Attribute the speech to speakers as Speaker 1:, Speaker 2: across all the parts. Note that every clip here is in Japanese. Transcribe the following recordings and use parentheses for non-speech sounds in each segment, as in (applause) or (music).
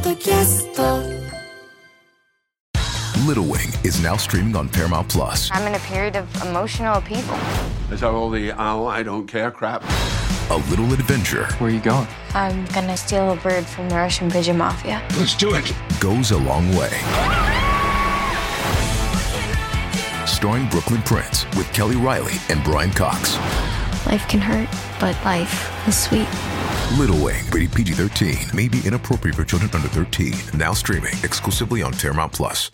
Speaker 1: podcast.
Speaker 2: Little Wing is now streaming on Paramount Plus.
Speaker 3: I'm in a period of emotional upheaval.
Speaker 4: Is that all the oh, I don't care crap?
Speaker 2: A little adventure
Speaker 5: Where are you going?
Speaker 3: I'm gonna steal a bird from the Russian pigeon mafia.
Speaker 4: Let's do it.
Speaker 2: goes a long way. Starring Brooklyn Prince with Kelly Riley and Brian Cox.
Speaker 3: Life can hurt, but life is sweet.
Speaker 2: Little Wing, rated PG 13, may be inappropriate for children under 13. Now streaming exclusively on Paramount Plus.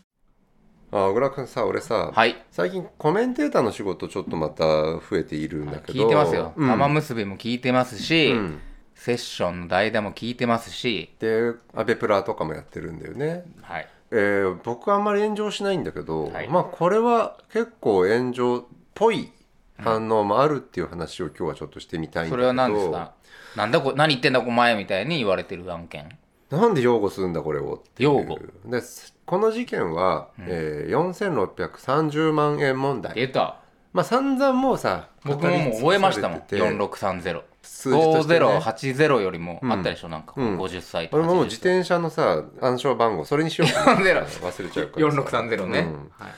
Speaker 6: あ小倉君さ俺さ、
Speaker 5: はい
Speaker 6: 最近コメンテーターの仕事ちょっとまた増えているんだけど
Speaker 5: 聞いてますよ。
Speaker 6: うん
Speaker 5: 玉結びも聞いてますし、
Speaker 6: うん
Speaker 5: セッションの代打も聞いてますし、
Speaker 6: でアベプラとかもやってるんだよね
Speaker 5: はい。
Speaker 6: えー僕あんまり炎上しないんだけど、
Speaker 5: はい
Speaker 6: まあこれは結構炎上っぽい反応もあるっていう話を今日はちょっとしてみたいんだ
Speaker 5: そ
Speaker 6: けど
Speaker 5: れは何ですかなんだこ何言ってんだお前みたいに言われてる案件。
Speaker 6: なんで擁護するんだこれをっていう
Speaker 5: 擁護
Speaker 6: でこの事件は、えー4630万円問題
Speaker 5: 出た。
Speaker 6: まあ散々もうさ
Speaker 5: 僕ももう終えましたもん。
Speaker 6: 語り尽くされてて
Speaker 5: 4630。
Speaker 6: 数字としてね
Speaker 5: 5080よりもあったでしょ、なんか
Speaker 6: うん
Speaker 5: 50歳と
Speaker 6: 俺
Speaker 5: か。
Speaker 6: ももう自転車のさ暗証番号それにしようかな忘れちゃうからさ
Speaker 5: 4630ね、
Speaker 6: うん
Speaker 5: はい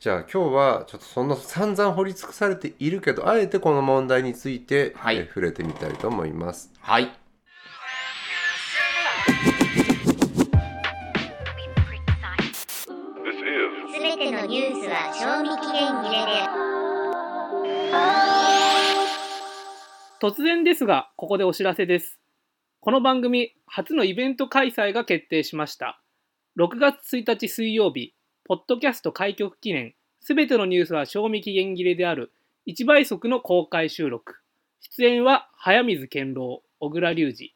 Speaker 6: じゃあ今日はちょっとそんな散々掘り尽くされているけどあえてこの問題について、
Speaker 5: はい
Speaker 6: えー触れてみたいと思います
Speaker 5: はい。
Speaker 7: すべてのニュースは賞味期限切れで
Speaker 8: 突然ですが、ここでお知らせです。この番組、初のイベント開催が決定しました。6月1日水曜日、ポッドキャスト開局記念、すべてのニュースは賞味期限切れである、1倍速の公開収録。出演は、早水健郎、小倉隆二。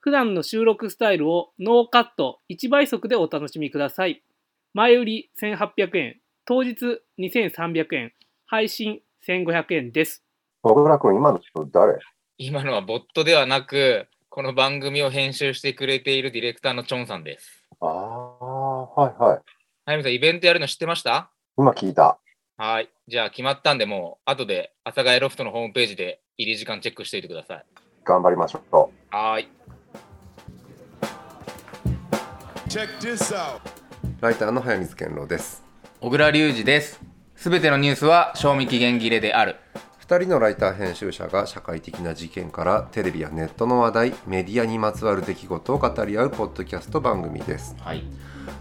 Speaker 8: 普段の収録スタイルをノーカット、1倍速でお楽しみください。前売り1800円、当日2300円、配信1500円です。
Speaker 6: 小倉君今の人誰
Speaker 9: 今のはボットではなく、この番組を編集してくれているディレクターのチョンさんです。
Speaker 6: ああはいはい
Speaker 9: 早見さん、イベントやるの知ってました
Speaker 6: 今聞いた
Speaker 9: はい。じゃあ決まったんで、もう後で、阿佐ヶ谷ロフトのホームページで入り時間チェックしておいてください。
Speaker 6: 頑張りましょう
Speaker 9: はーい。
Speaker 6: ライターの早水健郎です
Speaker 5: 小倉隆二です。すべてのニュースは賞味期限切れである。
Speaker 6: 2人のライター編集者が社会的な事件からテレビやネットの話題メディアにまつわる出来事を語り合うポッドキャスト番組です
Speaker 5: はい。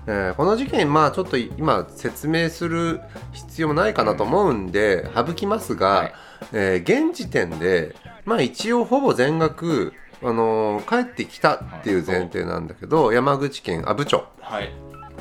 Speaker 6: えーこの事件まあちょっと今説明する必要もないかなと思うんで省きますが、
Speaker 5: はい
Speaker 6: えー現時点でまあ一応ほぼ全額あのー帰ってきたっていう前提なんだけど、山口県阿武町、
Speaker 5: はい。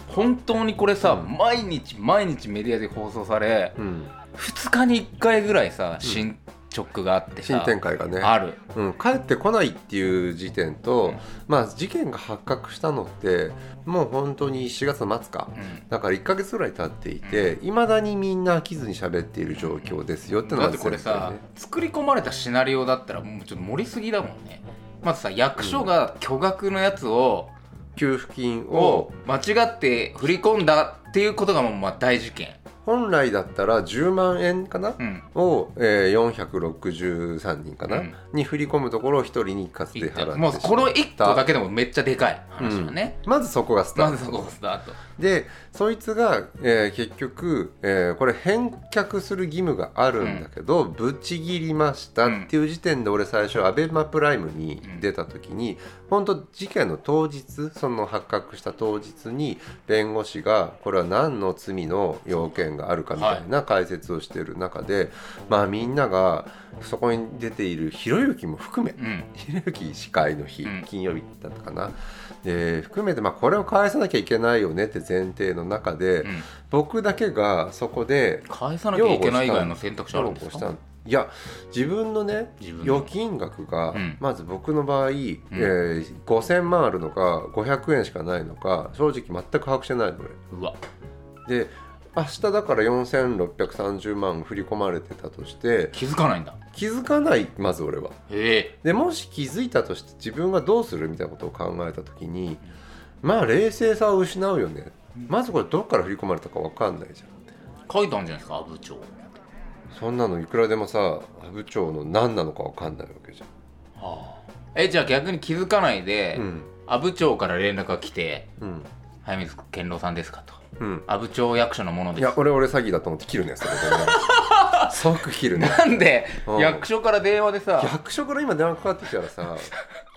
Speaker 5: 本当にこれさ、毎日毎日メディアで放送され、
Speaker 6: うん、
Speaker 5: 2日に1回ぐらいさ進捗があってさ、
Speaker 6: 新展開がね
Speaker 5: ある
Speaker 6: うん、帰ってこないっていう時点と、まあ事件が発覚したのってもう本当に4月の末か、
Speaker 5: ん
Speaker 6: だから1か月ぐらい経っていていま、未だにみんな飽きずに喋っている状況ですよっての
Speaker 5: だ
Speaker 6: は
Speaker 5: ってこれ
Speaker 6: 前提
Speaker 5: さ、
Speaker 6: ね
Speaker 5: 作り込まれたシナリオだったらもうちょっと盛りすぎだもんねまずさ役所が巨額のやつを,、
Speaker 6: 給付金を
Speaker 5: を間違って振り込んだっていうことがもうまあ大事件
Speaker 6: 本来だったら10万円かな、
Speaker 5: うん
Speaker 6: を、えー、463人かな、
Speaker 5: うん
Speaker 6: に振り込むところを1人に一括で払ってしまった
Speaker 5: もうこの1個だけでもめっちゃでかい話はね、
Speaker 6: まずそこがスタート
Speaker 5: まずそこスタート
Speaker 6: でそいつが、えー結局、えーこれ返却する義務があるんだけど、ぶち切りましたっていう時点で俺最初アベマプライムに出た時に、本当事件の当日その発覚した当日に弁護士がこれは何の罪の要件があるかみたいな解説をしてる中で、まあみんながそこに出ているひろゆきも含め、
Speaker 5: うん
Speaker 6: ひろゆき司会の日、
Speaker 5: うん
Speaker 6: 金曜日だったかなで含めて、まあ、これを返さなきゃいけないよねって前提の中で、
Speaker 5: うん
Speaker 6: 僕だけがそこで
Speaker 5: 返さなきゃいけない以外の選択肢あるんです
Speaker 6: 擁護した
Speaker 5: か
Speaker 6: んいや自分のね
Speaker 5: 自分の
Speaker 6: 預金額が、
Speaker 5: うん
Speaker 6: まず僕の場合、えー5,000万あるのか500円しかないのか正直全く把握してないの俺。
Speaker 5: うわ
Speaker 6: で明日だから4630万振り込まれてたとして
Speaker 5: 気づかないんだ
Speaker 6: 気づかないまず俺は。
Speaker 5: へ
Speaker 6: でもし気づいたとして自分がどうするみたいなことを考えた時にまあ冷静さを失うよねまずこれどっから振り込まれたか分かんないじゃん
Speaker 5: え書いたんじゃないですか阿武町
Speaker 6: そんなのいくらでもさ阿武町の何なのか分かんないわけじゃん
Speaker 5: えじゃあ逆に気づかないで、
Speaker 6: うん
Speaker 5: 阿武町から連絡が来て
Speaker 6: うん
Speaker 5: 「早水健郎さんですか?」と
Speaker 6: うん
Speaker 5: 「阿武町役所の者
Speaker 6: い
Speaker 5: です
Speaker 6: や」俺俺詐欺だと思って切るねそれでね (laughs) 即切るね
Speaker 5: なんで
Speaker 6: うん
Speaker 5: 役所から電話でさ
Speaker 6: 役所から今電話かかってきたらさ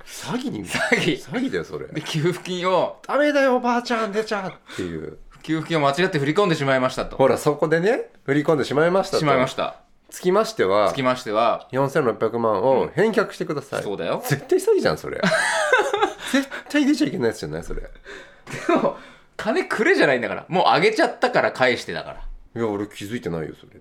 Speaker 6: 詐欺に詐
Speaker 5: 欺
Speaker 6: だよそれ
Speaker 5: で給付金を
Speaker 6: ダメだよおばあちゃん出ちゃうっていう
Speaker 5: 給付金を間違って振り込んでしまいましたと
Speaker 6: ほらそこでね振り込んでしまいましたと
Speaker 5: しまいました
Speaker 6: つきましては
Speaker 5: つきましては
Speaker 6: 4600万を返却してください、
Speaker 5: そうだよ
Speaker 6: 絶対詐欺じゃんそれ (laughs) 絶対出ちゃいけないやつじゃないそれい
Speaker 5: でも金くれじゃないんだからもうあげちゃったから返してだから
Speaker 6: や俺気づいてないよそ
Speaker 5: (laughs)
Speaker 6: れ、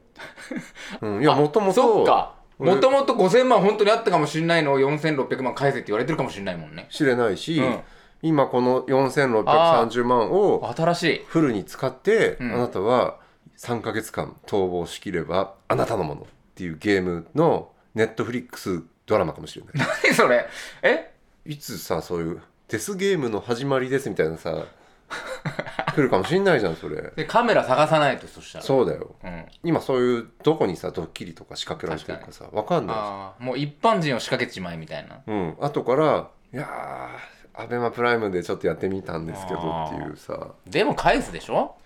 Speaker 6: うん、いやもともと
Speaker 5: そっか
Speaker 6: 俺
Speaker 5: もともと5000万本当にあったかもしれないのを4600万返せって言われてるかもしれないもんね
Speaker 6: 知れないし、
Speaker 5: うん
Speaker 6: 今この4630万を
Speaker 5: 新しい (laughs)
Speaker 6: フルに使って、
Speaker 5: うん
Speaker 6: あなたは3ヶ月間逃亡しきればあなたのものっていうゲームのネットフリックスドラマかもしれない
Speaker 5: (laughs) 何それえ
Speaker 6: いつさそういうデスゲームの始まりですみたいなさ来るかもしれないじゃんそれ
Speaker 5: でカメラ探さないとそしたら
Speaker 6: そうだよ
Speaker 5: う、ん、
Speaker 6: 今そういうどこにさドッキリとか仕掛けられてるかさわかんない
Speaker 5: ああもう一般人を仕掛けちまえみたいな
Speaker 6: じゃんうん後から「いやーアベマプライムでちょっとやってみたんですけど」
Speaker 5: あ
Speaker 6: って
Speaker 5: ー
Speaker 6: いうさ
Speaker 5: でも返すでしょ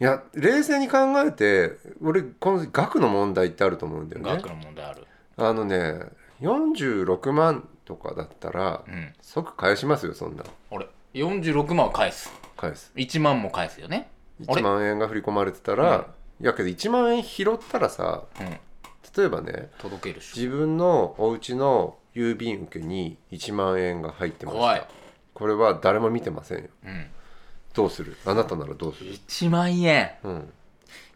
Speaker 6: いや冷静に考えて俺この額の問題ってあると思うんだよね
Speaker 5: 額の問題ある、
Speaker 6: あのね46万とかだったら、
Speaker 5: うん、
Speaker 6: 即返しますよそんな
Speaker 5: 俺46万は返す
Speaker 6: 返す
Speaker 5: 1万も返すよねあれ
Speaker 6: 1万円が振り込まれてたら、いやけど1万円拾ったらさ
Speaker 5: うん
Speaker 6: 例えばね
Speaker 5: 届けるし
Speaker 6: 自分のお家の郵便受けに1万円が入ってました
Speaker 5: 怖い、
Speaker 6: これは誰も見てませんよ
Speaker 5: うん、
Speaker 6: どうするあなたならどうする
Speaker 5: 1万円
Speaker 6: うん
Speaker 5: い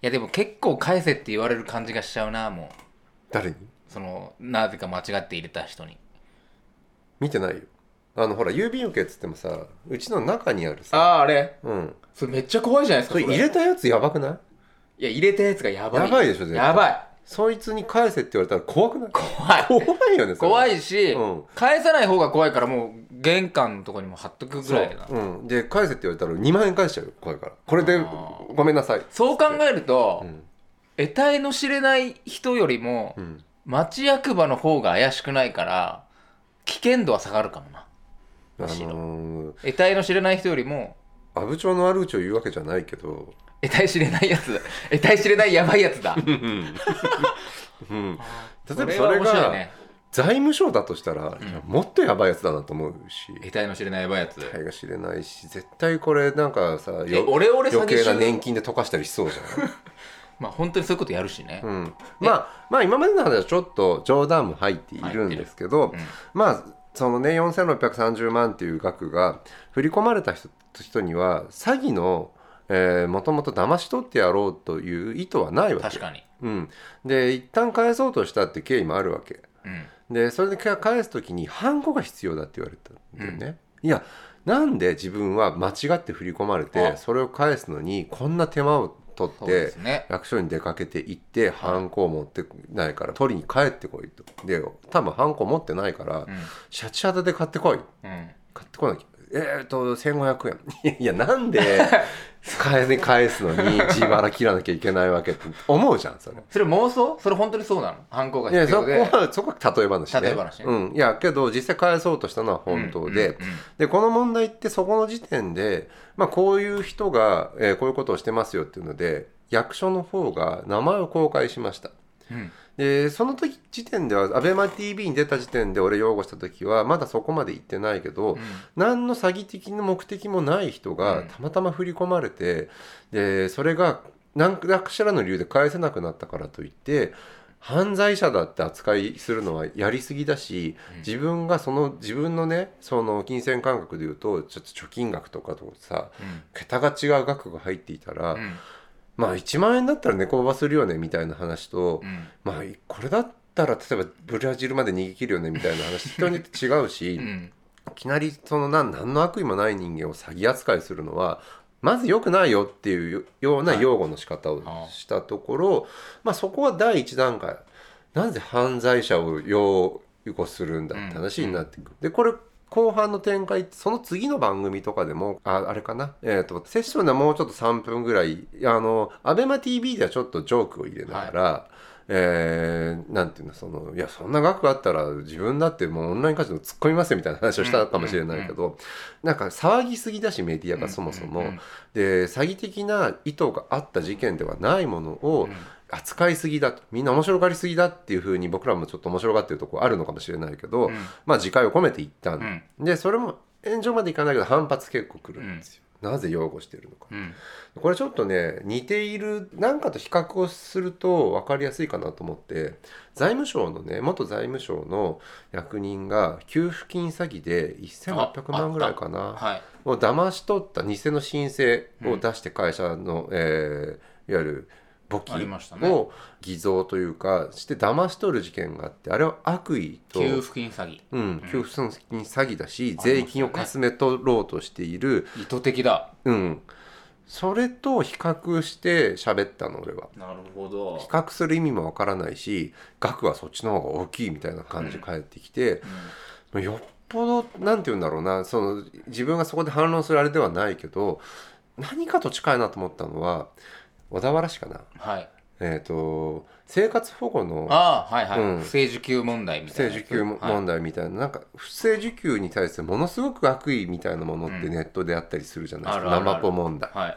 Speaker 5: やでも結構返せって言われる感じがしちゃうなも
Speaker 6: 誰に
Speaker 5: うそのなぜか間違って入れた人に
Speaker 6: 見てないよあのほら郵便受けっつってもさうちの中にあるさ
Speaker 5: あああれ
Speaker 6: うん
Speaker 5: それめっちゃ怖いじゃないです
Speaker 6: そ
Speaker 5: か
Speaker 6: れ入れたやつやばくない
Speaker 5: いや入れたやつがやばい
Speaker 6: やばいでしょ絶対
Speaker 5: やばい
Speaker 6: そいつに返せって言われたら怖くない
Speaker 5: 怖い
Speaker 6: 怖いよねそれ
Speaker 5: 怖いし、
Speaker 6: うん
Speaker 5: 返さない方が怖いからもう玄関のとこにも貼っとくぐ
Speaker 6: そう
Speaker 5: らいだなそう,、
Speaker 6: うん、で返せって言われたら2万円返しちゃうよ怖いからこれでごめんなさい
Speaker 5: 考えると、
Speaker 6: ん
Speaker 5: 得体の知れない人よりも、
Speaker 6: ん
Speaker 5: 町役場の方が怪しくないから危険度は下がるかもな
Speaker 6: あの
Speaker 5: しろ
Speaker 6: ー
Speaker 5: 得体の知れない人よりも
Speaker 6: 阿武町の悪口を言うわけじゃないけど
Speaker 5: 得体知れないやつ得体知れないやばいやつだ例
Speaker 6: 例えばそれが財務省だとしたら、いやもっとやばいやつだなと思うし
Speaker 5: 得体の知れないやばいやつ
Speaker 6: 誰が知れないし絶対これなんかさよ
Speaker 5: え俺俺詐欺
Speaker 6: 余計
Speaker 5: 集
Speaker 6: な
Speaker 5: 団
Speaker 6: 年金で溶かしたりしそうじゃない、
Speaker 5: まあ本当にそういうことやるしね、
Speaker 6: うん、まあまあ今までの話はちょっと冗談も入っているんですけ
Speaker 5: う
Speaker 6: ど、
Speaker 5: ん
Speaker 6: まあそのね4630万っていう額が振り込まれた人人には詐欺のもともと騙し取ってやろうという意図はないわけ
Speaker 5: 確かに、
Speaker 6: うん、で一旦返そうとしたって経緯もあるわけ
Speaker 5: うん、
Speaker 6: でそれでか返す時にハンコが必要だって言われたんだよね、いやなんで自分は間違って振り込まれて
Speaker 5: あ
Speaker 6: それを返すのにこんな手間を取
Speaker 5: そ
Speaker 6: っ
Speaker 5: うで
Speaker 6: て
Speaker 5: すね
Speaker 6: 役所に出かけて行ってハンコを持ってないから取りに帰ってこいとで多分ハンコ持ってないから、シャチハタで買ってこ
Speaker 5: う
Speaker 6: い
Speaker 5: ん
Speaker 6: 買ってこなきゃえっ、と1500円
Speaker 5: (laughs)
Speaker 6: いやなんで返す返すのに自腹切らなきゃいけないわけって思うじゃんそれ。
Speaker 5: それ妄想それ本当にそうなの犯行が
Speaker 6: いや
Speaker 5: 必
Speaker 6: そ
Speaker 5: 要
Speaker 6: こ
Speaker 5: で
Speaker 6: はそこは例え話ね
Speaker 5: 例え話ね
Speaker 6: うん、いやけど実際返そうとしたのは本当で、
Speaker 5: うんうんうん
Speaker 6: でこの問題ってそこの時点で、まあ、こういう人が、えーこういうことをしてますよっていうので役所の方が名前を公開しました。
Speaker 5: うん
Speaker 6: でその時時点では ABEMATV に出た時点で俺擁護した時はまだそこまで行ってないけど、何の詐欺的な目的もない人
Speaker 5: う
Speaker 6: が
Speaker 5: ん
Speaker 6: たまたま振り込まれてでそれが何かしらの理由で返せなくなったからといって犯罪者だって扱いするのはやりすぎだし自分がその自分のねその金銭感覚で言うとちょっと貯金額とかとさ桁が違う額が入っていたら、
Speaker 5: うん
Speaker 6: まあ1万円だったら猫ババするよねみたいな話と、
Speaker 5: うん
Speaker 6: まあこれだったら例えばブラジルまで逃げ切るよねみたいな話人によって違うし、
Speaker 5: (laughs) う
Speaker 6: い
Speaker 5: ん
Speaker 6: きなりその何何の悪意もない人間を詐欺扱いするのはまず良くないよっていうような擁護の仕方をしたところ、まあそこは第一段階なぜ犯罪者を擁護するんだって話になってくる。でこれ後半の展開その次の番組とかでもああれかなえっ、とセッションではもうちょっと3分ぐらいあの ABEMATV ではちょっとジョークを入れながら、えーなんていうのそのいやそんな額あったら自分だってもうオンラインカジノ突っ込みますよみたいな話をしたかもしれないけど、なんか騒ぎすぎだしメディアがそもそも、
Speaker 5: うんうんうん
Speaker 6: で詐欺的な意図があった事件ではないものを、扱いすぎだとみんな面白がりすぎだっていうふうに僕らもちょっと面白がってるとこあるのかもしれないけど、
Speaker 5: うん
Speaker 6: まあ自戒を込めて言った
Speaker 5: うんん
Speaker 6: でそれも炎上までいかないけど反発結構くるんですよ、なぜ擁護してるのか、
Speaker 5: うん
Speaker 6: これちょっとね似ているなんかと比較をすると分かりやすいかなと思って財務省のね元財務省の役人が給付金詐欺で1800万ぐらいかな、
Speaker 5: はい
Speaker 6: を騙し取った偽の申請を出して会社の、えーいわゆる簿記
Speaker 5: ありましたね
Speaker 6: を偽造というかして騙し取る事件があってあれは悪意と
Speaker 5: 給付金詐欺
Speaker 6: うん、給付金詐欺だし、
Speaker 5: ましたね
Speaker 6: 税金をかすめ取ろうとしている、
Speaker 5: 意図的だ
Speaker 6: うん、それと比較して喋ったの俺は。
Speaker 5: なるほど
Speaker 6: 比較する意味もわからないし額はそっちの方が大きいみたいな感じで返ってきて、よっぽどなんて言うんだろうなその自分がそこで反論するあれではないけど何かと近いなと思ったのは小田原市かな、
Speaker 5: はい
Speaker 6: えー、と生活保護の
Speaker 5: ああはいはい、
Speaker 6: うん
Speaker 5: 不正受給問題み
Speaker 6: 不
Speaker 5: たい
Speaker 6: 正
Speaker 5: なや
Speaker 6: 受
Speaker 5: つ
Speaker 6: 給も問題みたいな、なんか不正受給に対するものすごく悪意みたいなものって
Speaker 5: うん
Speaker 6: ネットであったりするじゃないで
Speaker 5: あ
Speaker 6: すか、
Speaker 5: るあるある
Speaker 6: 生ポ問題あ
Speaker 5: はい、は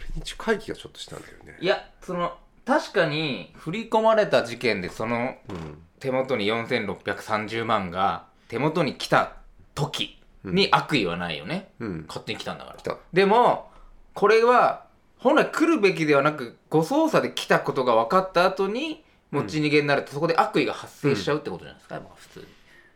Speaker 6: れに近い気がちょっとしたんだよね
Speaker 5: い、いやその確かに振り込まれた事件でその
Speaker 6: うん
Speaker 5: 手元に4630万が手元に来た時に悪意はないよね、
Speaker 6: うん
Speaker 5: 勝手に来たんだから
Speaker 6: 来た
Speaker 5: でもこれは本来来るべきではなく誤操作で来たことが分かった後に持ち逃げになると、そこで悪意が発生しちゃうってことじゃないですか、まあ普通に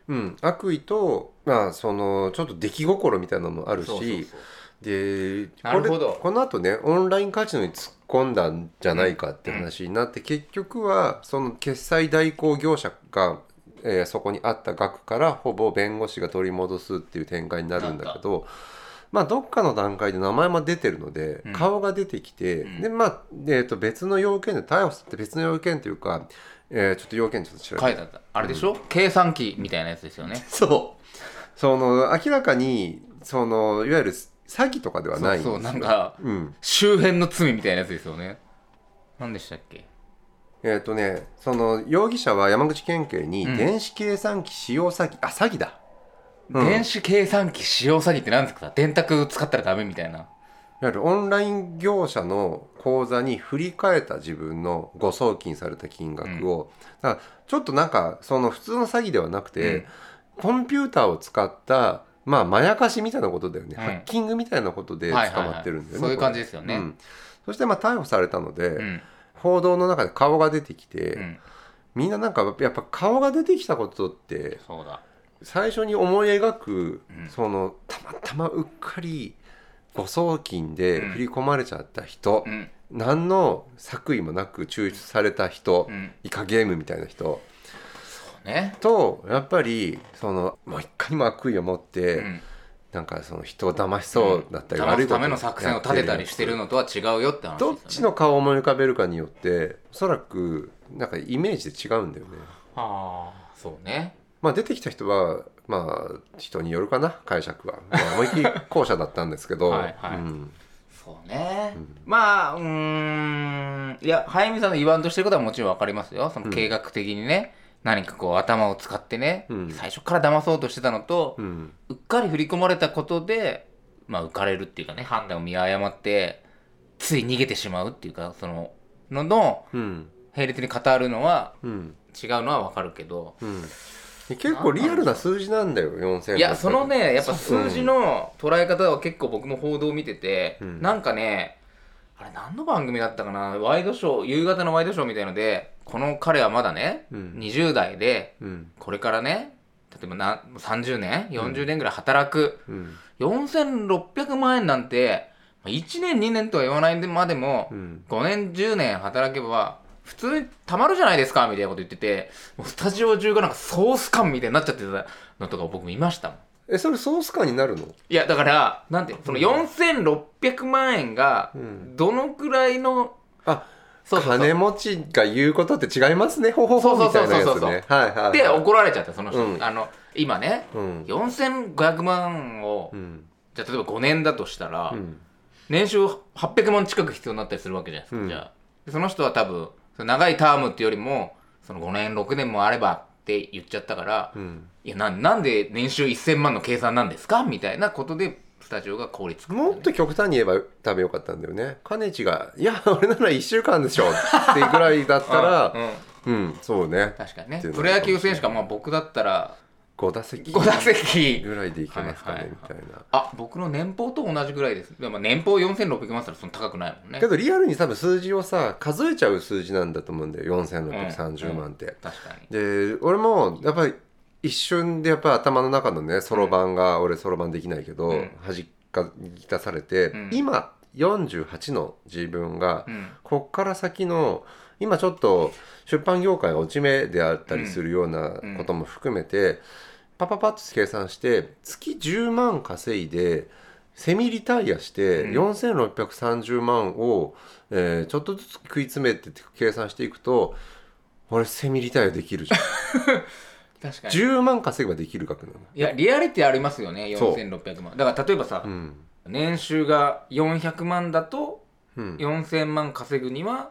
Speaker 6: うん、悪意と、まあ、そのちょっと出来心みたいなのもあるし
Speaker 5: そうそうそう
Speaker 6: で
Speaker 5: なるほど
Speaker 6: これこのあとねオンラインカジノに突っ込んだんじゃないかって話になって、結局はその決済代行業者が、えーそこにあった額からほぼ弁護士が取り戻すっていう展開になるんだけど。まあ、どっかの段階で名前も出てるので、
Speaker 5: うん
Speaker 6: 顔が出てきて、
Speaker 5: うん
Speaker 6: でまあ、えー、と別の要件で逮捕するって別の要件というか、えーちょっと要件ちょっと調べて
Speaker 5: 書いてあったあれでしょ、計算機みたいなやつですよね
Speaker 6: (laughs) そう。その明らかにそのいわゆる詐欺とかでは
Speaker 5: そ
Speaker 6: な
Speaker 5: う
Speaker 6: いんですよ
Speaker 5: そうなんか
Speaker 6: うん。
Speaker 5: 周辺の罪みたいなやつですよね何でしたっけ
Speaker 6: えっ、とね、その容疑者は山口県警に
Speaker 5: うん
Speaker 6: 電子計算機使用詐欺、あ詐欺だ。うん
Speaker 5: 電子計算機使用詐欺って何ですか電卓使ったらダメみたいない
Speaker 6: わゆるオンライン業者の口座に振り替えた自分の誤送金された金額を、だからちょっとなんかその普通の詐欺ではなくて、コンピューターを使ったまあまやかしみたいなことだよね、
Speaker 5: うん
Speaker 6: ハッキングみたいなことで捕まってるんだ
Speaker 5: はいはいはい
Speaker 6: よね、
Speaker 5: そういう
Speaker 6: これ
Speaker 5: 感じですよね
Speaker 6: んそしてまあ逮捕されたので、
Speaker 5: うん
Speaker 6: 報道の中で顔が出てきて、
Speaker 5: うん
Speaker 6: みんななんかやっぱ顔が出てきたことって
Speaker 5: そうだ
Speaker 6: 最初に思い描く、
Speaker 5: うん
Speaker 6: そのたまたまうっかり誤送金で
Speaker 5: うん
Speaker 6: 振り込まれちゃった人、
Speaker 5: うん
Speaker 6: 何の作為もなく抽出された人、
Speaker 5: うん
Speaker 6: イカゲームみたいな人
Speaker 5: ね
Speaker 6: とやっぱりそのもう一回も悪意を持って、
Speaker 5: うん
Speaker 6: なんかその人を騙しそうだったり、
Speaker 5: 騙
Speaker 6: 悪い
Speaker 5: す
Speaker 6: こと
Speaker 5: ための作戦を立てたりしてるのとは違うよって話ですよ
Speaker 6: ど
Speaker 5: ね
Speaker 6: っちの顔を思い浮かべるかによっておそらくなんかイメージで違うんだよね。
Speaker 5: ああそうね
Speaker 6: まあ、出てきた人は、まあ、人によるかな解釈は、まあ、思いっきり後者だったんですけ
Speaker 5: (laughs)
Speaker 6: ど
Speaker 5: はいはい
Speaker 6: うん
Speaker 5: そうね、まあうーんいや早見さんの言わんとしてることはもちろん分かりますよその計画的にね、何かこう頭を使ってね、
Speaker 6: うん
Speaker 5: 最初から騙そうとしてたのと、
Speaker 6: うん
Speaker 5: うっかり振り込まれたことで、まあ、浮かれるっていうかね判断を見誤ってつい逃げてしまうっていうかそののの
Speaker 6: うん
Speaker 5: 並列に語るのは
Speaker 6: うん
Speaker 5: 違うのは分かるけど、
Speaker 6: うん結構リアルな数字なんだよ4000
Speaker 5: いやそのねやっぱ数字の捉え方は結構僕も報道を見てて、
Speaker 6: うん
Speaker 5: なんかねあれ何の番組だったかなワイドショー夕方のワイドショーみたいのでこの彼はまだね、
Speaker 6: うん
Speaker 5: 20代で
Speaker 6: うん
Speaker 5: これからね例えばな30年40年ぐらい働く、
Speaker 6: うん
Speaker 5: 4600万円なんて1年2年とは言わないまでも、
Speaker 6: うん
Speaker 5: 5年10年働けば普通にたまるじゃないですかみたいなこと言っててもうスタジオ中がなんかソース感みたいになっちゃってたのとか僕見ましたもん
Speaker 6: えそれソース感になるの
Speaker 5: いやだからなんていうのその4600万円が
Speaker 6: ん
Speaker 5: どのくらいの、
Speaker 6: あ
Speaker 5: そうそうそう
Speaker 6: 金持ちが言うことって違いますねほほほ
Speaker 5: そう
Speaker 6: み
Speaker 5: そ
Speaker 6: た
Speaker 5: う
Speaker 6: い
Speaker 5: そ
Speaker 6: な
Speaker 5: う
Speaker 6: や
Speaker 5: そう
Speaker 6: つねはいはいはい
Speaker 5: で怒られちゃったその人、
Speaker 6: うん
Speaker 5: あの今ね、
Speaker 6: うん
Speaker 5: 4500万を、
Speaker 6: うん
Speaker 5: じゃあ例えば5年だとしたら、
Speaker 6: うん
Speaker 5: 年収800万近く必要になったりするわけじゃないですか、
Speaker 6: うん
Speaker 5: じゃあでその人は多分その長いタームっていうよりもその5年6年もあればって言っちゃったから、
Speaker 6: ん
Speaker 5: いやななんで年収1000万の計算なんですかみたいなことでスタジオが効率化
Speaker 6: もっと極端に言えば多分よかったんだよねかねちが「いや俺なら1週間でしょ」ってぐらいだったら
Speaker 5: (laughs) うん、
Speaker 6: うんそうね
Speaker 5: 確かにね
Speaker 6: っていうの
Speaker 5: プ
Speaker 6: が
Speaker 5: ロ野球選手が、まあ、僕だったら
Speaker 6: 5打席
Speaker 5: 5打席
Speaker 6: ぐらいでいけますかね、
Speaker 5: はいはい
Speaker 6: みたいな
Speaker 5: あ僕の年俸と同じぐらいですでも年俸4600万ったらそんな高くないもんね
Speaker 6: けどリアルに多分数字をさ数えちゃう数字なんだと思うんだよ4630万って、
Speaker 5: 確かに
Speaker 6: で俺もやっぱり一瞬でやっぱ頭の中のねそろばんが、俺そろばんできないけど、
Speaker 5: うん
Speaker 6: 弾か出されて、
Speaker 5: うん
Speaker 6: 今48の自分が、
Speaker 5: うん
Speaker 6: こっから先の今ちょっと出版業界が落ち目であったりするようなことも含めて、パパパッと計算して月10万稼いでセミリタイアして
Speaker 5: うん
Speaker 6: 4630万を、えーちょっとずつ食い詰めてって計算していくと俺セミリタイアできるじゃん
Speaker 5: 確かに
Speaker 6: 10万稼げばできる額なの。
Speaker 5: いやリアリティありますよね
Speaker 6: そう
Speaker 5: 4600万だから例えばさ、
Speaker 6: うん
Speaker 5: 年収が400万だと
Speaker 6: うん
Speaker 5: 4000万稼ぐには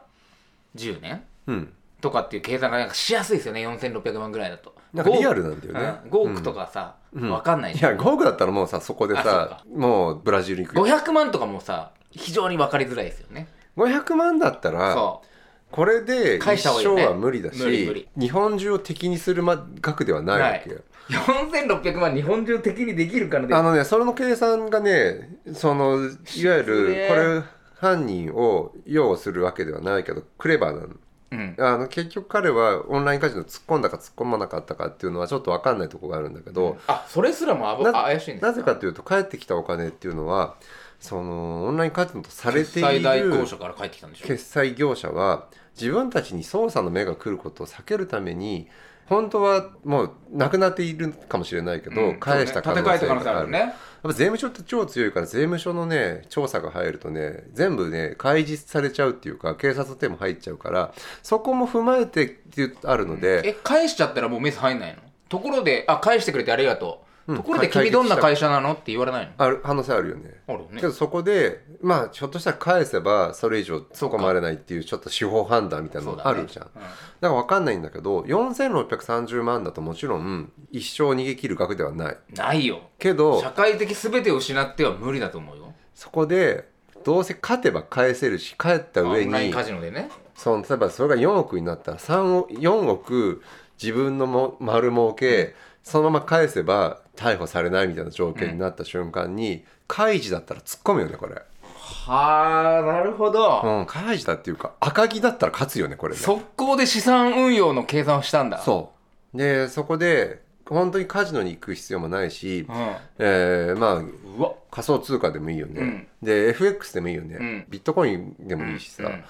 Speaker 5: 10年
Speaker 6: うん、
Speaker 5: とかっていう計算がなんかしやすいですよね4600万ぐらいだと
Speaker 6: なんか
Speaker 5: 5
Speaker 6: リアルなんだよね
Speaker 5: うん5億とかさ、
Speaker 6: うん
Speaker 5: わかんない
Speaker 6: い
Speaker 5: じゃ
Speaker 6: や
Speaker 5: ん
Speaker 6: 5億だったらもうさそこで
Speaker 5: あ
Speaker 6: さもうブラジルに行くよ
Speaker 5: 500万とかもさ非常に分かりづらいですよね
Speaker 6: 500万だったら
Speaker 5: そ
Speaker 6: これで
Speaker 5: 返
Speaker 6: 一
Speaker 5: した方がいい
Speaker 6: 生
Speaker 5: よね
Speaker 6: は無理だし
Speaker 5: 無理無理
Speaker 6: 日本中を敵にするま額ではないわけよ、
Speaker 5: う4600万日本中敵にできるからで
Speaker 6: あのねその計算がねそのいわゆ
Speaker 5: 失礼
Speaker 6: るこれ犯人を擁するわけではないけどクレバーなの
Speaker 5: うん
Speaker 6: あの結局彼はオンラインカジノ突っ込んだか突っ込まなかったかっていうのはちょっと分かんないとこがあるんだけど、
Speaker 5: あそれすらもあぼ
Speaker 6: な
Speaker 5: あ怪しいんです
Speaker 6: なぜかというと返ってきたお金っていうのはそのオンラインカジノとされ
Speaker 5: 決
Speaker 6: ている
Speaker 5: 済代行者から帰ってきたんでしょ
Speaker 6: 決済業者は自分たちに捜査の目が来ることを避けるために本当はもうなくなっているかもしれないけど、
Speaker 5: うん
Speaker 6: 返した可能性がある
Speaker 5: そうね立て替えた可能性ある
Speaker 6: やっ
Speaker 5: ね
Speaker 6: ぱ税務署って超強いから税務署のね調査が入るとね全部ね開示されちゃうっていうか警察の手も入っちゃうからそこも踏まえてっていうあるので、
Speaker 5: え返しちゃったらもうメス入んないのところで「あ返してくれてありがとう」
Speaker 6: うん
Speaker 5: ところで「君どんな会社なの?」って言われないの
Speaker 6: ある可能性あるよね。
Speaker 5: あるよね
Speaker 6: けどそこでまあひょっとしたら返せばそれ以上突っ込まれないっていうちょっと司法判断みたいな
Speaker 5: そう
Speaker 6: の
Speaker 5: だ
Speaker 6: あ
Speaker 5: ね
Speaker 6: るじゃん。
Speaker 5: うん
Speaker 6: だから分かんないんだけど4630万だともちろん一生逃げ切る額ではない
Speaker 5: ないよ
Speaker 6: けど
Speaker 5: 社会的全てを失っては無理だと思うよ
Speaker 6: そこでどうせ勝てば返せるし返った
Speaker 5: オ
Speaker 6: 上
Speaker 5: ンライン
Speaker 6: に
Speaker 5: カジノでね
Speaker 6: その例えばそれが4億になったら3億4億自分のも丸儲けそのまま返せば逮捕されないみたいな条件になった瞬間に開示だったら突っ込むよねこれ。
Speaker 5: はあなるほど、
Speaker 6: うん開示だっていうか赤木だったら勝つよねこれね。
Speaker 5: 速攻で資産運用の計算をしたんだ
Speaker 6: そうでそこで本当にカジノに行く必要もないし、
Speaker 5: うん、う
Speaker 6: えーまあ
Speaker 5: わ
Speaker 6: 仮想通貨でもいいよね、
Speaker 5: うん
Speaker 6: で FX でもいいよね、
Speaker 5: うん
Speaker 6: ビットコインでもいいしさ、
Speaker 5: うん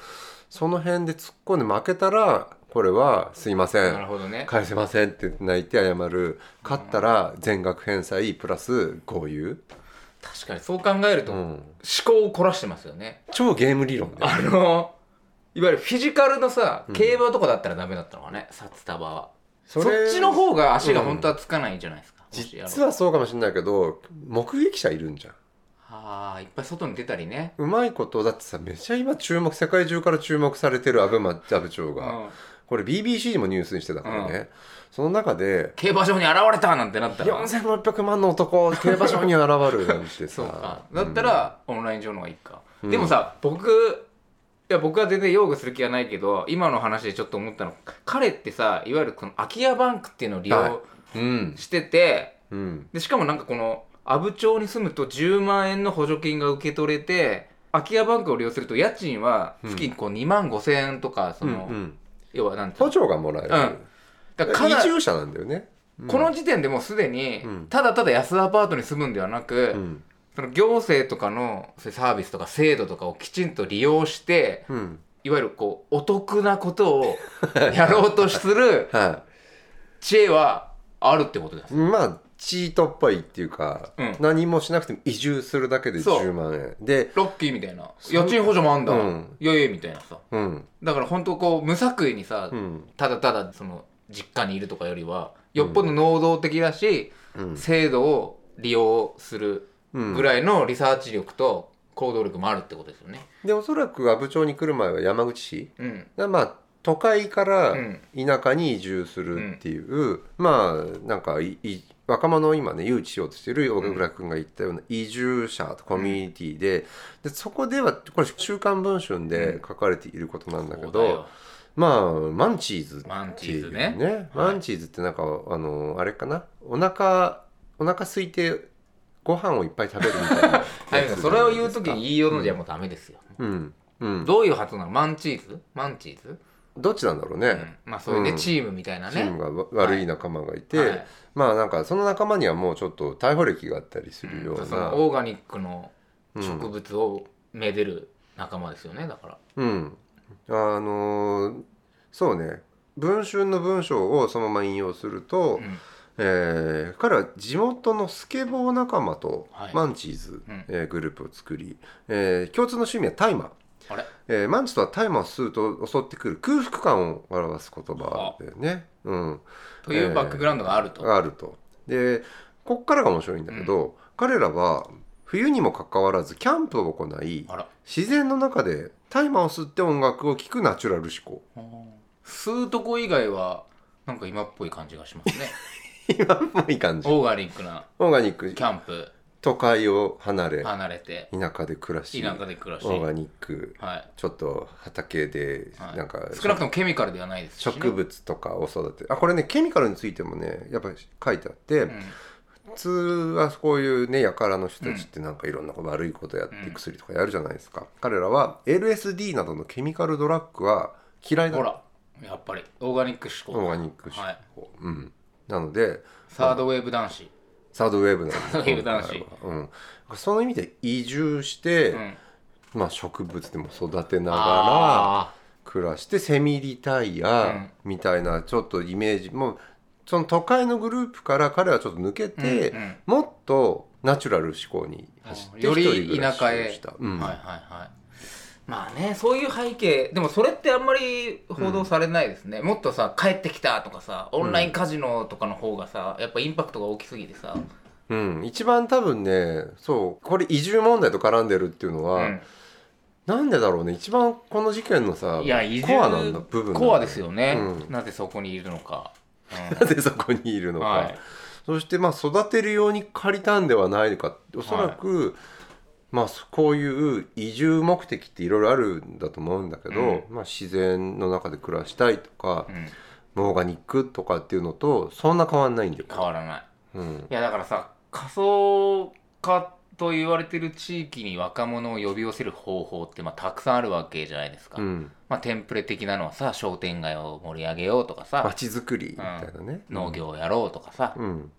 Speaker 6: その辺で突っ込んで負けたらこれはすいませ
Speaker 5: なる
Speaker 6: ん
Speaker 5: ほどね
Speaker 6: 返せませんって泣いて謝る勝ったら全額返済プラス豪遊、
Speaker 5: 確かにそう考えると、
Speaker 6: う
Speaker 5: 思
Speaker 6: ん、
Speaker 5: 考を凝らしてますよね
Speaker 6: 超ゲーム理論だよ
Speaker 5: あのいわゆるフィジカルのさ競馬とかだったらダメだったのかね、札束はそ
Speaker 6: それ
Speaker 5: っちの方が足が本当はつかないんじゃないですか、もしやろう
Speaker 6: 実はそうかもしれないけど目撃者いるんじゃん
Speaker 5: はあいっぱい外に出たりね、
Speaker 6: うまいことだってさめちゃ今注目世界中から注目されてるアブマアブ長
Speaker 5: う
Speaker 6: が、
Speaker 5: ん、
Speaker 6: これ BBC にもニュースにしてたからね、
Speaker 5: うん
Speaker 6: その中で
Speaker 5: 競馬場に現れたなんてなったら
Speaker 6: 4600万の男競馬場に現るなんて
Speaker 5: (laughs) そうか
Speaker 6: さ
Speaker 5: だったらオンライン上の方がいいか、
Speaker 6: うん
Speaker 5: でもさ僕いや僕は全然擁護する気はないけど今の話でちょっと思ったの彼ってさいわゆるこの空き家バンクっていうのを利
Speaker 6: はい
Speaker 5: 用
Speaker 6: うん
Speaker 5: してて、
Speaker 6: うん
Speaker 5: でしかもなんかこの阿武町に住むと10万円の補助金が受け取れて空き家バンクを利用すると家賃は月にこう2万5千円とかそ
Speaker 6: うんう
Speaker 5: の、
Speaker 6: ん
Speaker 5: 要はなんていう
Speaker 6: 補
Speaker 5: の
Speaker 6: 助がもらえる、
Speaker 5: うんだからかな
Speaker 6: 移住者なんだよね
Speaker 5: この時点でもうすでに
Speaker 6: うん
Speaker 5: ただただ安アパートに住むんではなく、
Speaker 6: うん
Speaker 5: その行政とかのそういうサービスとか制度とかをきちんと利用して
Speaker 6: うん
Speaker 5: いわゆるこうお得なこと
Speaker 6: (laughs)
Speaker 5: をやろうとする
Speaker 6: は
Speaker 5: 知恵はあるってことです
Speaker 6: いまあチートっぽいっていうか、
Speaker 5: うん
Speaker 6: 何もしなくても移住するだけで
Speaker 5: そう
Speaker 6: 10万円で
Speaker 5: ロッキーみたいな家賃補助もあんだ、
Speaker 6: うん
Speaker 5: よいよいみたいなさ
Speaker 6: うん
Speaker 5: だから本当こう無作為にさ、
Speaker 6: うん
Speaker 5: ただただその実家にいるとかよりはよっぽど能動的だし、
Speaker 6: うん
Speaker 5: 制度を利用する
Speaker 6: うん
Speaker 5: ぐらいのリサーチ力と行動力もあるってことですよね。
Speaker 6: でおそらく阿武町に来る前は山口市
Speaker 5: うん、
Speaker 6: がまあ都会から
Speaker 5: うん
Speaker 6: 田舎に移住するっていう、まあなんかいい若者を今ね誘致しようとしてる小倉君が言ったような移住者とコミュニティで,、でそこではこれ「週刊文春」で書かれていることなんだけど、
Speaker 5: そうだよ
Speaker 6: まあマンチーズっていう
Speaker 5: マンチーズねはい
Speaker 6: マンチーズってなんかあのあれかなお腹お腹空いてご飯をいっぱい食べるみたいなやつ
Speaker 5: はい、それを言うときに言いようのじゃもうダメですよ。
Speaker 6: うんうんど
Speaker 5: どういう発音なのマンチーズマンチーズ、
Speaker 6: どっちなんだろう
Speaker 5: うん
Speaker 6: ね、
Speaker 5: まあそういうね、
Speaker 6: うん
Speaker 5: チームみたいな
Speaker 6: チーム
Speaker 5: ね。
Speaker 6: がわ悪い仲間がいて、
Speaker 5: はい
Speaker 6: まあなんかその仲間にはもうちょっと逮捕歴があったりするよう
Speaker 5: そ
Speaker 6: な、
Speaker 5: の
Speaker 6: うん
Speaker 5: オーガニックの植物をめでる仲間ですよね、だから。
Speaker 6: あのーそうね文春の文章をそのまま引用すると、
Speaker 5: うん
Speaker 6: えー彼は地元のスケボー仲間と
Speaker 5: はい
Speaker 6: マンチーズ、
Speaker 5: うん
Speaker 6: えーグループを作り、えー共通の趣味は大麻、
Speaker 5: あれ
Speaker 6: えーマンチとは大麻を吸うと襲ってくる空腹感を表す言葉だよね。うん、
Speaker 5: というバックグラウンドがあると。
Speaker 6: があると。でこっからが面白いんだけど、彼らは冬にもかかわらずキャンプを行い
Speaker 5: あら。
Speaker 6: 自然の中で大麻を吸って音楽を聴くナチュラル思考。 (laughs)
Speaker 5: 吸うとこ以外は、なんか今っぽい感じがします
Speaker 6: (laughs)
Speaker 5: ね。
Speaker 6: 今っぽい感じ。
Speaker 5: オーガニックな
Speaker 6: オーガニック
Speaker 5: キャンプ、
Speaker 6: 都会を離れ
Speaker 5: 離れて、
Speaker 6: 田舎で暮らし
Speaker 5: 田舎で暮らし。
Speaker 6: オーガ
Speaker 5: は
Speaker 6: ニック
Speaker 5: い。
Speaker 6: ちょっと畑で
Speaker 5: はい
Speaker 6: なんか
Speaker 5: 少なくともケミカルではないですしね、
Speaker 6: 植物とかを育てあこれねケミカルについてもねやっぱり書いてあって、普通はこういうね輩の人たちってなんかいろんなこと悪いことやって
Speaker 5: うん
Speaker 6: 薬とかやるじゃないですか、彼らは LSD などのケミカルドラッグは嫌いだ
Speaker 5: ほらやっぱりオーガニック思
Speaker 6: オ
Speaker 5: 考
Speaker 6: ーガニック思考、
Speaker 5: はい
Speaker 6: うん、なので
Speaker 5: サードウェーブ男子
Speaker 6: サードウェーブなんです
Speaker 5: サードウェーブ男子
Speaker 6: 今回はうん、その意味で移住して、
Speaker 5: うん
Speaker 6: まあ、植物でも育てながら
Speaker 5: あ
Speaker 6: 暮らしてセミリタイヤみたいなちょっとイメージもうその都会のグループから彼はちょっと抜けて、
Speaker 5: うんうん
Speaker 6: もっとナチュラル思考に走って
Speaker 5: よ
Speaker 6: 一人
Speaker 5: り
Speaker 6: 暮
Speaker 5: 田
Speaker 6: らしを
Speaker 5: 舎へ
Speaker 6: し、た、うん
Speaker 5: はいはいはいまあねそういう背景でもそれってあんまり報道されないですね、もっとさ帰ってきたとかさオンラインカジノとかの方がさやっぱインパクトが大きすぎてさ、
Speaker 6: うん一番多分ねそうこれ移住問題と絡んでるっていうの
Speaker 5: う
Speaker 6: は、
Speaker 5: ん
Speaker 6: なんでだろうね一番この事件のさ
Speaker 5: いや移住
Speaker 6: コアなんだ部分なんだ
Speaker 5: コアですよね、
Speaker 6: うん
Speaker 5: なぜそこにいるのか、うん
Speaker 6: (laughs) なぜそこにいるのか、
Speaker 5: はい
Speaker 6: そしてまあ育てるように借りたんではないかおそらく、まあそこういう移住目的っていろいろあるんだと思うんだけど、まあ、自然の中で暮らしたいとか
Speaker 5: う、ん、
Speaker 6: オーガニックとかっていうのとそんな変わんないんだよ。
Speaker 5: 変わらない
Speaker 6: うん
Speaker 5: いやだからさ仮想化と言われてる地域に若者を呼び寄せる方法って、まあ、たくさんあるわけじゃないですか、
Speaker 6: うん、
Speaker 5: まあ、テンプレ的なのはさ商店街を盛り上げようとかさ
Speaker 6: 街づくりみたいなね、
Speaker 5: 農業をやろうとかさ、
Speaker 6: うん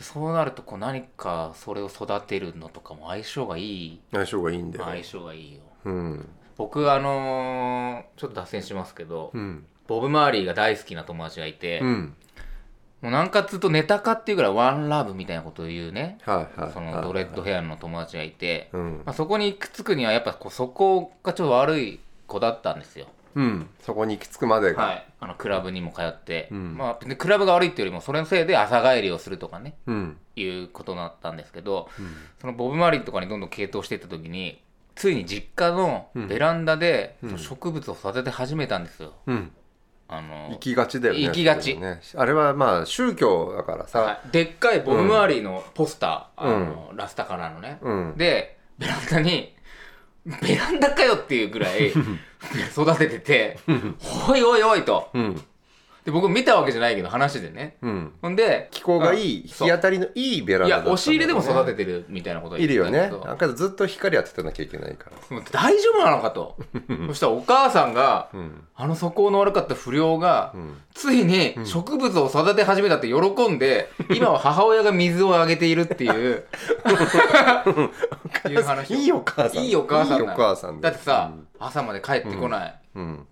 Speaker 5: そうなるとこう何かそれを育てるのとかも相性がいい
Speaker 6: 相性がいいんだよ、
Speaker 5: 相性がいいよ
Speaker 6: うん
Speaker 5: 僕あのーちょっと脱線しますけど、
Speaker 6: うん
Speaker 5: ボブ・マーリーが大好きな友達がいて、
Speaker 6: うん
Speaker 5: もうなんかっつうとネタ化っていうぐらいワンラブみたいなことを言うね
Speaker 6: はいはい
Speaker 5: そのドレッドヘアの友達がいて、
Speaker 6: うん
Speaker 5: まあ、そこに行き着くにはやっぱこうそこがちょっと悪い子だったんですよ、
Speaker 6: うん、そこに行き着くまでが、
Speaker 5: はい、あのクラブにも通って、
Speaker 6: ん
Speaker 5: まあ、別にクラブが悪いっていうよりもそれのせいで朝帰りをするとかね
Speaker 6: うん
Speaker 5: いうことだったんですけど、そのボブ・マーリーとかにどんどん傾倒していった時についに実家のベランダで、その植物を育てて始めたんですよ。
Speaker 6: うん、
Speaker 5: あの
Speaker 6: 行きがちだよね
Speaker 5: 行きがち
Speaker 6: それねあれはまあ宗教だからさ、
Speaker 5: はいでっかいボブ・マーリーのポスター、あのラスタカラーのね、
Speaker 6: うん
Speaker 5: でベランダにベランダかよっていうぐら
Speaker 6: (laughs)
Speaker 5: い育ててて「おいおいおい」と
Speaker 6: うん
Speaker 5: で僕見たわけじゃないけど話でね、
Speaker 6: うん、
Speaker 5: ほんで
Speaker 6: 気候がいい
Speaker 5: あ
Speaker 6: 日
Speaker 5: そう
Speaker 6: 当たりのいいベラン
Speaker 5: いや
Speaker 6: ダだったんだろうね
Speaker 5: 押し入れでも育ててるみたいなことを言
Speaker 6: い
Speaker 5: っ
Speaker 6: る
Speaker 5: てた
Speaker 6: よ
Speaker 5: んだ
Speaker 6: ね
Speaker 5: けど
Speaker 6: だけどずっと光当ててなきゃいけないから
Speaker 5: もう大丈夫なのかとそしたらお母さんが、
Speaker 6: ん
Speaker 5: あの素行の悪かった不良が、
Speaker 6: ん
Speaker 5: ついに植物を育て始めたって喜んで、今は母親が水をあげているっていういう話を
Speaker 6: いいお母さん
Speaker 5: いいお母さん
Speaker 6: いい
Speaker 5: だ
Speaker 6: お母さん
Speaker 5: だってさ、朝まで帰ってこない、
Speaker 6: うん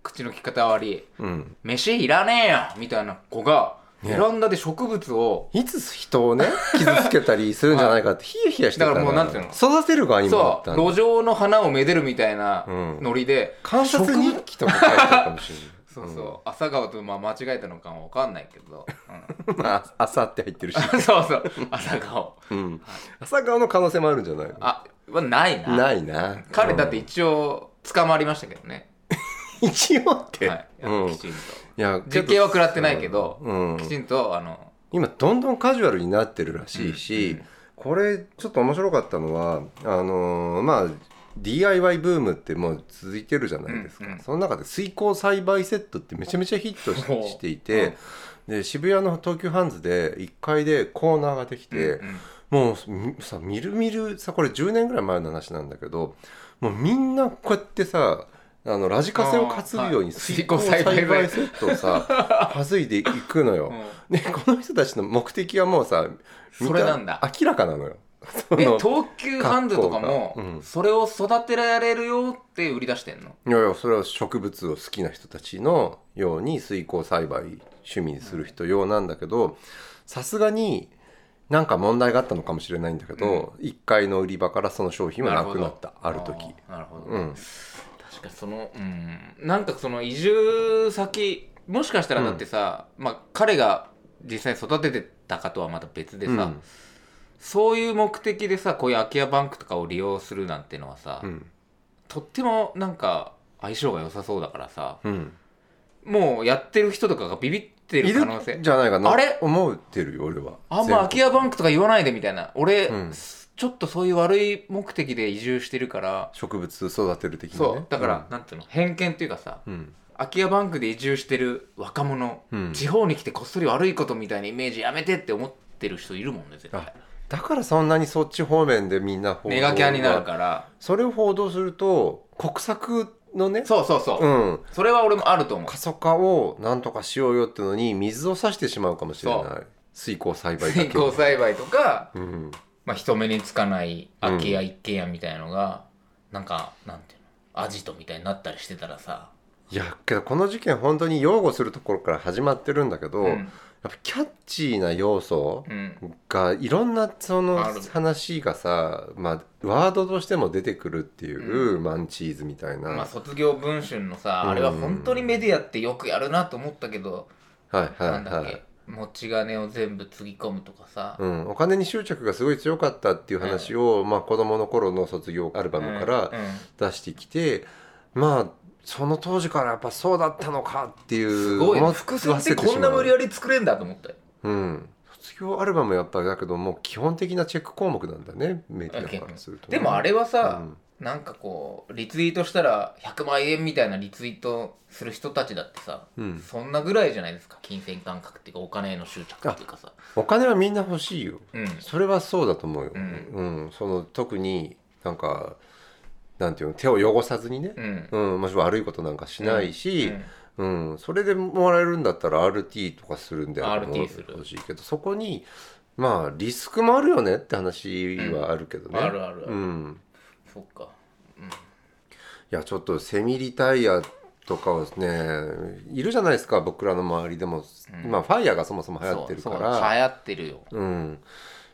Speaker 5: 口の利き方悪い
Speaker 6: うん
Speaker 5: 飯いらねえよみたいな子が、ベランダで植物を
Speaker 6: いつ人をね傷つけたりするんじゃないかってヒヤヒヤしてた
Speaker 5: だからもうなんていうの
Speaker 6: 育てる側にもだ
Speaker 5: そ
Speaker 6: っ
Speaker 5: う
Speaker 6: たんだ
Speaker 5: 路上の花をめでるみたいなノリで、
Speaker 6: 観察日記とか書いてあるかもしれない
Speaker 5: そうそう、朝顔とまあ間違えたのかもわかんないけど、う
Speaker 6: まあ朝って入っ
Speaker 5: (laughs)
Speaker 6: てるし、 (laughs)
Speaker 5: んそうそう朝顔
Speaker 6: うん、朝顔の可能性もあるんじゃないの
Speaker 5: あはないな
Speaker 6: ないな
Speaker 5: 彼だって一応捕まりましたけどね、
Speaker 6: 一応って、
Speaker 5: はい、
Speaker 6: うん、
Speaker 5: きちんと
Speaker 6: や
Speaker 5: 実刑は食らってないけど、
Speaker 6: うん
Speaker 5: きちんとあの
Speaker 6: 今どんどんカジュアルになってるらしいし、これちょっと面白かったのはあのーまあ DIY ブームってもう続いてるじゃないですか、
Speaker 5: うんうん
Speaker 6: その中で水耕栽培セットってめちゃめちゃヒットし
Speaker 5: ほう
Speaker 6: していて、で渋谷の東急ハンズで1階でコーナーができて、
Speaker 5: うん
Speaker 6: もうみさみるみるさこれ10年ぐらい前の話なんだけどもうみんなこうやってさあのラジカセを担ぐように
Speaker 5: あーはい
Speaker 6: 水耕栽培
Speaker 5: 水耕栽培
Speaker 6: セットを
Speaker 5: (laughs)
Speaker 6: さ担いでいくのよ。ね、この人たちの目的はもうさ見た
Speaker 5: それなんだ
Speaker 6: 明らかなのよ。そ
Speaker 5: え
Speaker 6: の
Speaker 5: 東急ハンズとかも、
Speaker 6: 格好がうん
Speaker 5: それを育てられるよって売り出してんの
Speaker 6: いやいやそれは植物を好きな人たちのように水耕栽培趣味にする人用なんだけどさすがになんか問題があったのかもしれないんだけど、一1階の売り場からその商品はなくなったある時。
Speaker 5: あーなるほど、
Speaker 6: うん、
Speaker 5: 確かにそのうんなんかその移住先もしかしたらだってさ、まあ彼が実際に育ててたかとはまた別でさ、
Speaker 6: うん
Speaker 5: そういう目的でさこういう空き家バンクとかを利用するなんてのはさ、
Speaker 6: うん
Speaker 5: とってもなんか相性が良さそうだからさ
Speaker 6: うん、
Speaker 5: もうやってる人とかがビビって
Speaker 6: い
Speaker 5: る
Speaker 6: る
Speaker 5: 可能性
Speaker 6: じゃないかな
Speaker 5: あれ
Speaker 6: 思ってるよ俺は
Speaker 5: あんま空き家バンクとか言わないでみたいな俺、
Speaker 6: うん
Speaker 5: ちょっとそういう悪い目的で移住してるから、
Speaker 6: 植物育てる的にね
Speaker 5: そうだから、なんていうの偏見っていうかさ、
Speaker 6: うん
Speaker 5: 空き家バンクで移住してる若者、
Speaker 6: うん
Speaker 5: 地方に来てこっそり悪いことみたいなイメージやめてって思ってる人いるもんね絶
Speaker 6: あ
Speaker 5: 対
Speaker 6: だからそんなにそっち方面でみんな報道
Speaker 5: ネ
Speaker 6: が
Speaker 5: ガキャンになるから
Speaker 6: それを報道すると国策のね
Speaker 5: そうそうそう、
Speaker 6: うん、
Speaker 5: それは俺もあると思う
Speaker 6: 過疎化をなんとかしようよってのに水を差してしまうかもしれ
Speaker 5: そ
Speaker 6: ない水耕栽培だけ
Speaker 5: 水耕栽培とか、
Speaker 6: うん、
Speaker 5: まあ、人目につかない空き家一軒家みたいのが、なんかなんていうのアジトみたいになったりしてたらさ、
Speaker 6: いやけどこの事件本当に擁護するところから始まってるんだけど、
Speaker 5: う
Speaker 6: やっ
Speaker 5: ん
Speaker 6: ぱキャッチーな要素
Speaker 5: うん
Speaker 6: がいろんなその
Speaker 5: ある
Speaker 6: 話がさ、まあ、ワードとしても出てくるっていう、マンチーズみたいな、
Speaker 5: まあ、卒業文春のさ、あれは本当にメディアってよくやるなと思ったけど、
Speaker 6: はいは
Speaker 5: ないんだっ
Speaker 6: は
Speaker 5: け、
Speaker 6: い。
Speaker 5: 持ち金を全部つぎ込むとかさ、
Speaker 6: うん、お金に執着がすごい強かったっていう話を、まあ、子どもの頃の卒業アルバムから
Speaker 5: うんうん
Speaker 6: 出してきて、まあその当時からやっぱそうだったのかっていう
Speaker 5: すごいね
Speaker 6: 思
Speaker 5: 伏線
Speaker 6: わ
Speaker 5: って
Speaker 6: せてしま
Speaker 5: こん
Speaker 6: う
Speaker 5: な無理やり作れんだと思ったよ
Speaker 6: うん、卒業アルバムやっぱだけどもう基本的なチェック項目なんだねメディアからするとね、
Speaker 5: でもあれはさ、
Speaker 6: うん
Speaker 5: なんかこうリツイートしたら100万円みたいなリツイートする人たちだってさ、
Speaker 6: うん
Speaker 5: そんなぐらいじゃないですか金銭感覚っていうかお金への執着っていうかさ
Speaker 6: お金はみんな欲しいよ
Speaker 5: うん
Speaker 6: それはそうだと思うよ、う
Speaker 5: うんん
Speaker 6: その特になんかなんていうの手を汚さずにね、
Speaker 5: うん
Speaker 6: うんもし悪いことなんかしないし、
Speaker 5: うん
Speaker 6: うん、それでもらえるんだったら RT とかするんであれば
Speaker 5: RT する
Speaker 6: ほしいけどそこにまあリスクもあるよねって話はあるけどね、
Speaker 5: うんあるあるある
Speaker 6: うん、
Speaker 5: そっか
Speaker 6: いやちょっとセミリタイアとかをねいるじゃないですか僕らの周りでも、今ファイヤーがそもそも流行ってるか
Speaker 5: そうそう
Speaker 6: ら
Speaker 5: 流行ってるよ
Speaker 6: うん、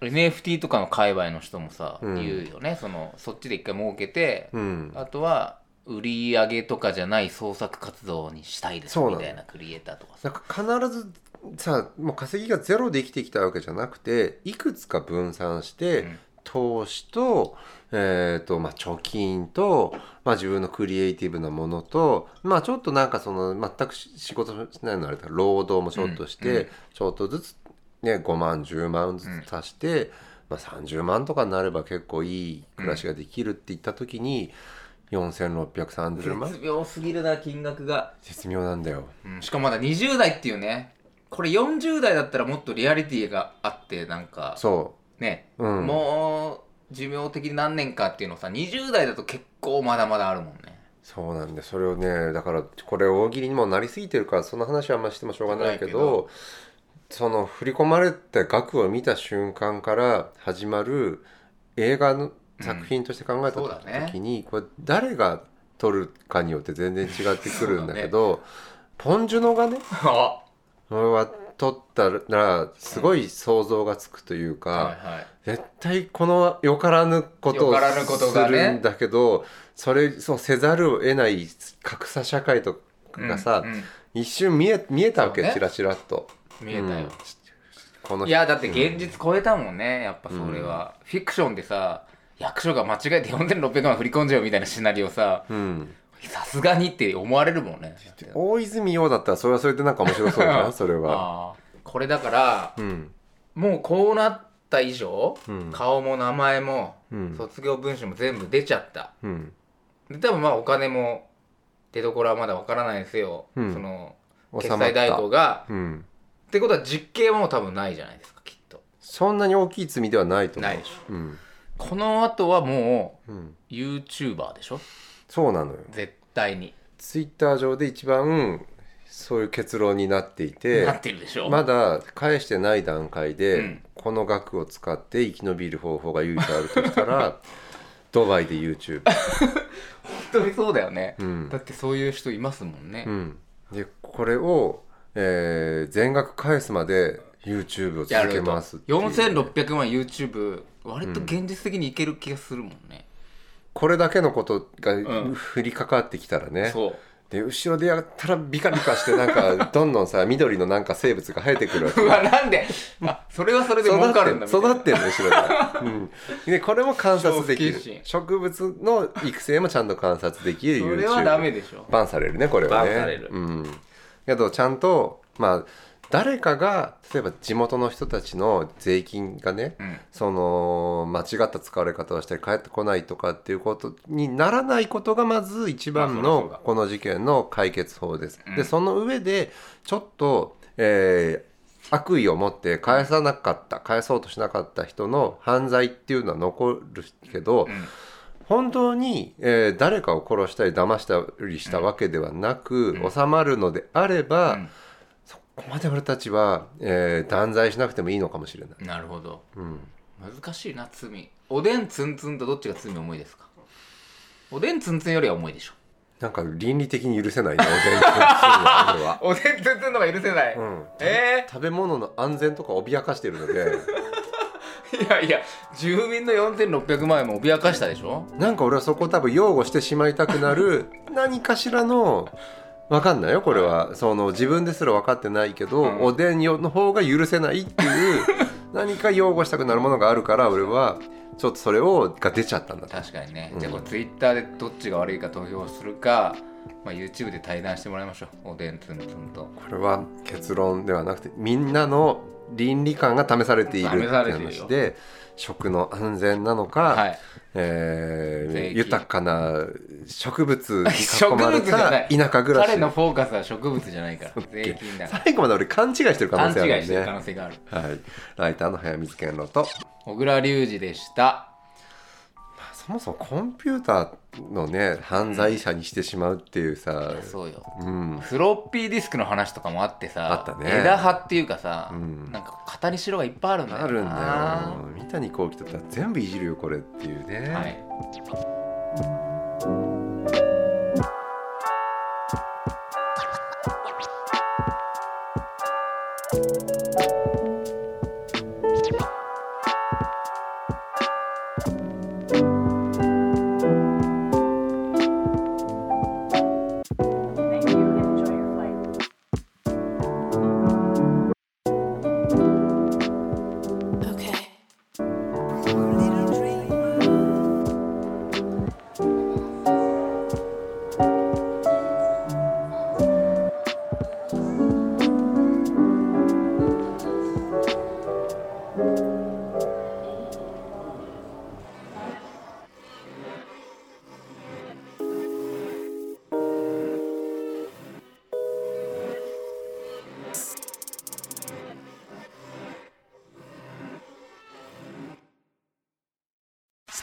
Speaker 5: NFT とかの界隈の人もさ、
Speaker 6: うん
Speaker 5: 言うよねそのそっちで一回儲けて、
Speaker 6: うん、
Speaker 5: あとは売り上げとかじゃない創作活動にしたいです
Speaker 6: そうな
Speaker 5: み
Speaker 6: の
Speaker 5: たいなクリエイターとかさ
Speaker 6: なんか必ずさもう稼ぎがゼロで生きてきたわけじゃなくていくつか分散して、
Speaker 5: うん
Speaker 6: 投資と,、えーとまあ、貯金と、まあ、自分のクリエイティブなものと、まあ、ちょっとなんかその全くし仕事しないのあれだから労働もちょっとして、
Speaker 5: うんうん
Speaker 6: ちょっとずつ、ね、5万10万ずつ足して、まあ、30万とかになれば結構いい暮らしができるって言った時に、4630万
Speaker 5: 絶妙すぎるな金額が、
Speaker 6: 絶妙なんだよ。
Speaker 5: うんしかもまだ20代っていうねこれ40代だったらもっとリアリティがあってなんか
Speaker 6: そ
Speaker 5: ね、
Speaker 6: うん
Speaker 5: もう寿命的に何年かっていうのさ20代だと結構まだまだあるもんね
Speaker 6: うそうなんでそれをねだからこれ大喜利にもなりすぎてるからその話はあんましてもしょうがないけど
Speaker 5: しょうがな
Speaker 6: その振り込まれた額を見た瞬間から始まる映画の作品として考えた
Speaker 5: そうだね
Speaker 6: 時に、これ誰が撮るかによって全然違ってくるんだけどポン・ジュノがね
Speaker 5: あ
Speaker 6: これは撮ったらすごい想像がつくというか。
Speaker 5: はいはい
Speaker 6: 絶対このよからぬことを
Speaker 5: よからぬことが
Speaker 6: す
Speaker 5: ね
Speaker 6: るんだけど、それそうせざるを得ない格差社会とかがさ、
Speaker 5: うんうん
Speaker 6: 一瞬見え見えたわけ、
Speaker 5: そうね
Speaker 6: ちらちらっと。
Speaker 5: 見えたよ、
Speaker 6: うんこの
Speaker 5: いやだって現実超えたもんねやっぱそれは、フィクションでさ役所が間違えて4600万振り込んじゃうみたいなシナリオさ
Speaker 6: うん
Speaker 5: さすがにって思われるもんね
Speaker 6: 大泉洋だったらそれはそれでなんか面白そうだなそれは
Speaker 5: (laughs) あーこれだから
Speaker 6: うん
Speaker 5: もうこうなった以上、
Speaker 6: うん
Speaker 5: 顔も名前も、
Speaker 6: うん
Speaker 5: 卒業文集も全部出ちゃった
Speaker 6: うん
Speaker 5: で多分まあお金も出所はまだわからないですよ、
Speaker 6: うん
Speaker 5: その
Speaker 6: 収
Speaker 5: 決
Speaker 6: まった
Speaker 5: 済代行が
Speaker 6: うん
Speaker 5: ってことは実刑はもう多分ないじゃないですかきっと
Speaker 6: そんなに大きい罪ではないと思う
Speaker 5: ないでしょ
Speaker 6: うん
Speaker 5: この後はもう
Speaker 6: うん、
Speaker 5: YouTuber でしょ
Speaker 6: そうなのよ
Speaker 5: 絶対に
Speaker 6: ツイッター上で一番そういう結論になっていて
Speaker 5: なってるでしょ、
Speaker 6: まだ返してない段階で、
Speaker 5: うん
Speaker 6: この額を使って生き延びる方法が唯一あるとし
Speaker 5: (laughs)
Speaker 6: たらドバイで YouTube、
Speaker 5: 本当にそうだよね、
Speaker 6: うん
Speaker 5: だってそういう人いますもんね、
Speaker 6: うん、でこれを、えー全額返すまで YouTube を
Speaker 5: や
Speaker 6: 続
Speaker 5: る
Speaker 6: け
Speaker 5: と
Speaker 6: ますっていう
Speaker 5: 4600万 YouTube 割と現実的にいける気がするもんね、
Speaker 6: これだけのことが
Speaker 5: ん
Speaker 6: 降りかかってきたらね、
Speaker 5: そう
Speaker 6: で後ろでやったらビカビカしてなんかどんどんさ緑のなんか生物が生えてくるわ
Speaker 5: (laughs)
Speaker 6: け
Speaker 5: うわなんであそれはそれで儲かるんだみたいな
Speaker 6: 育ってる後ろで、うん、でこれも観察でき
Speaker 5: 正気
Speaker 6: る
Speaker 5: 心
Speaker 6: 植物の育成もちゃんと観察できる YouTube
Speaker 5: それはダメでしょ
Speaker 6: バンされるねこれはね
Speaker 5: バンされる
Speaker 6: うん、けどちゃんとまあ誰かが例えば地元の人たちの税金がね、
Speaker 5: ん
Speaker 6: その間違った使われ方をしたり返ってこないとかっていうことにならないことがまず一番
Speaker 5: まあそりゃそうだ
Speaker 6: のこの事件の解決法です。
Speaker 5: うん
Speaker 6: でその上でちょっと、えー悪意を持って返さなかった返そうとしなかった人の犯罪っていうのは残るけど、
Speaker 5: ん
Speaker 6: 本当に、えー誰かを殺したり騙したりしたわけではなく、
Speaker 5: うん
Speaker 6: 収まるのであれば、
Speaker 5: うん
Speaker 6: そこまで俺たちは、えー断罪しなくてもいいのかもしれない。
Speaker 5: なるほど
Speaker 6: うん
Speaker 5: 難しいな罪おでんツンツンとどっちが罪重いですかおでんツンツンよりは重いでしょ
Speaker 6: なんか倫理的に許せないな、おでんつんつんは俺は。
Speaker 5: おでんツンツンのが許せない、 (laughs)
Speaker 6: うん
Speaker 5: え
Speaker 6: 食べ物の安全とか脅かしてるので、
Speaker 5: ー、いやいや住民の4600万円も脅かしたでしょ
Speaker 6: なんか俺はそこを多分擁護してしまいたくなる
Speaker 5: (laughs)
Speaker 6: 何かしらの。わかんないよこれはその自分ですら分かってないけど、
Speaker 5: うん
Speaker 6: おでんよの方が許せないっ
Speaker 5: (laughs)
Speaker 6: ていう何か擁護したくなるものがあるから俺はちょっとそれをが出ちゃったんだと
Speaker 5: 確かにね、
Speaker 6: うん
Speaker 5: じゃあこれツイッターでどっちが悪いか投票するか、まあ、YouTube で対談してもらいましょうおでんツンツンと
Speaker 6: これは結論ではなくてみんなの倫理観が試されているって
Speaker 5: 試されてるよ
Speaker 6: 話で食の安全なのか、
Speaker 5: はい
Speaker 6: えー
Speaker 5: 税金
Speaker 6: 豊かな植物に
Speaker 5: 植
Speaker 6: 囲まれ
Speaker 5: 物じゃな
Speaker 6: た
Speaker 5: い
Speaker 6: 田舎暮ら
Speaker 5: 彼の
Speaker 6: し
Speaker 5: フォーカスは植物じゃないから税金だから
Speaker 6: 最後まで俺勘違いしてる可
Speaker 5: 勘
Speaker 6: 能性ある
Speaker 5: 違い
Speaker 6: ん
Speaker 5: して
Speaker 6: で、
Speaker 5: る可能
Speaker 6: ね
Speaker 5: 性がある
Speaker 6: はい、ライターの早水健郎と
Speaker 5: 小倉隆二でした
Speaker 6: そもそもコンピューターのね犯罪者にしてしまうっていうさ、
Speaker 5: そうよ
Speaker 6: うん、
Speaker 5: フロッピーディスクの話とかもあってさ
Speaker 6: あったね
Speaker 5: 枝葉っていうかさ、
Speaker 6: うん
Speaker 5: なんか語りしろがいっぱいあるんだよな
Speaker 6: あるんだよ三谷幸喜だったら全部いじるよこれっていうね。
Speaker 5: はい
Speaker 1: ス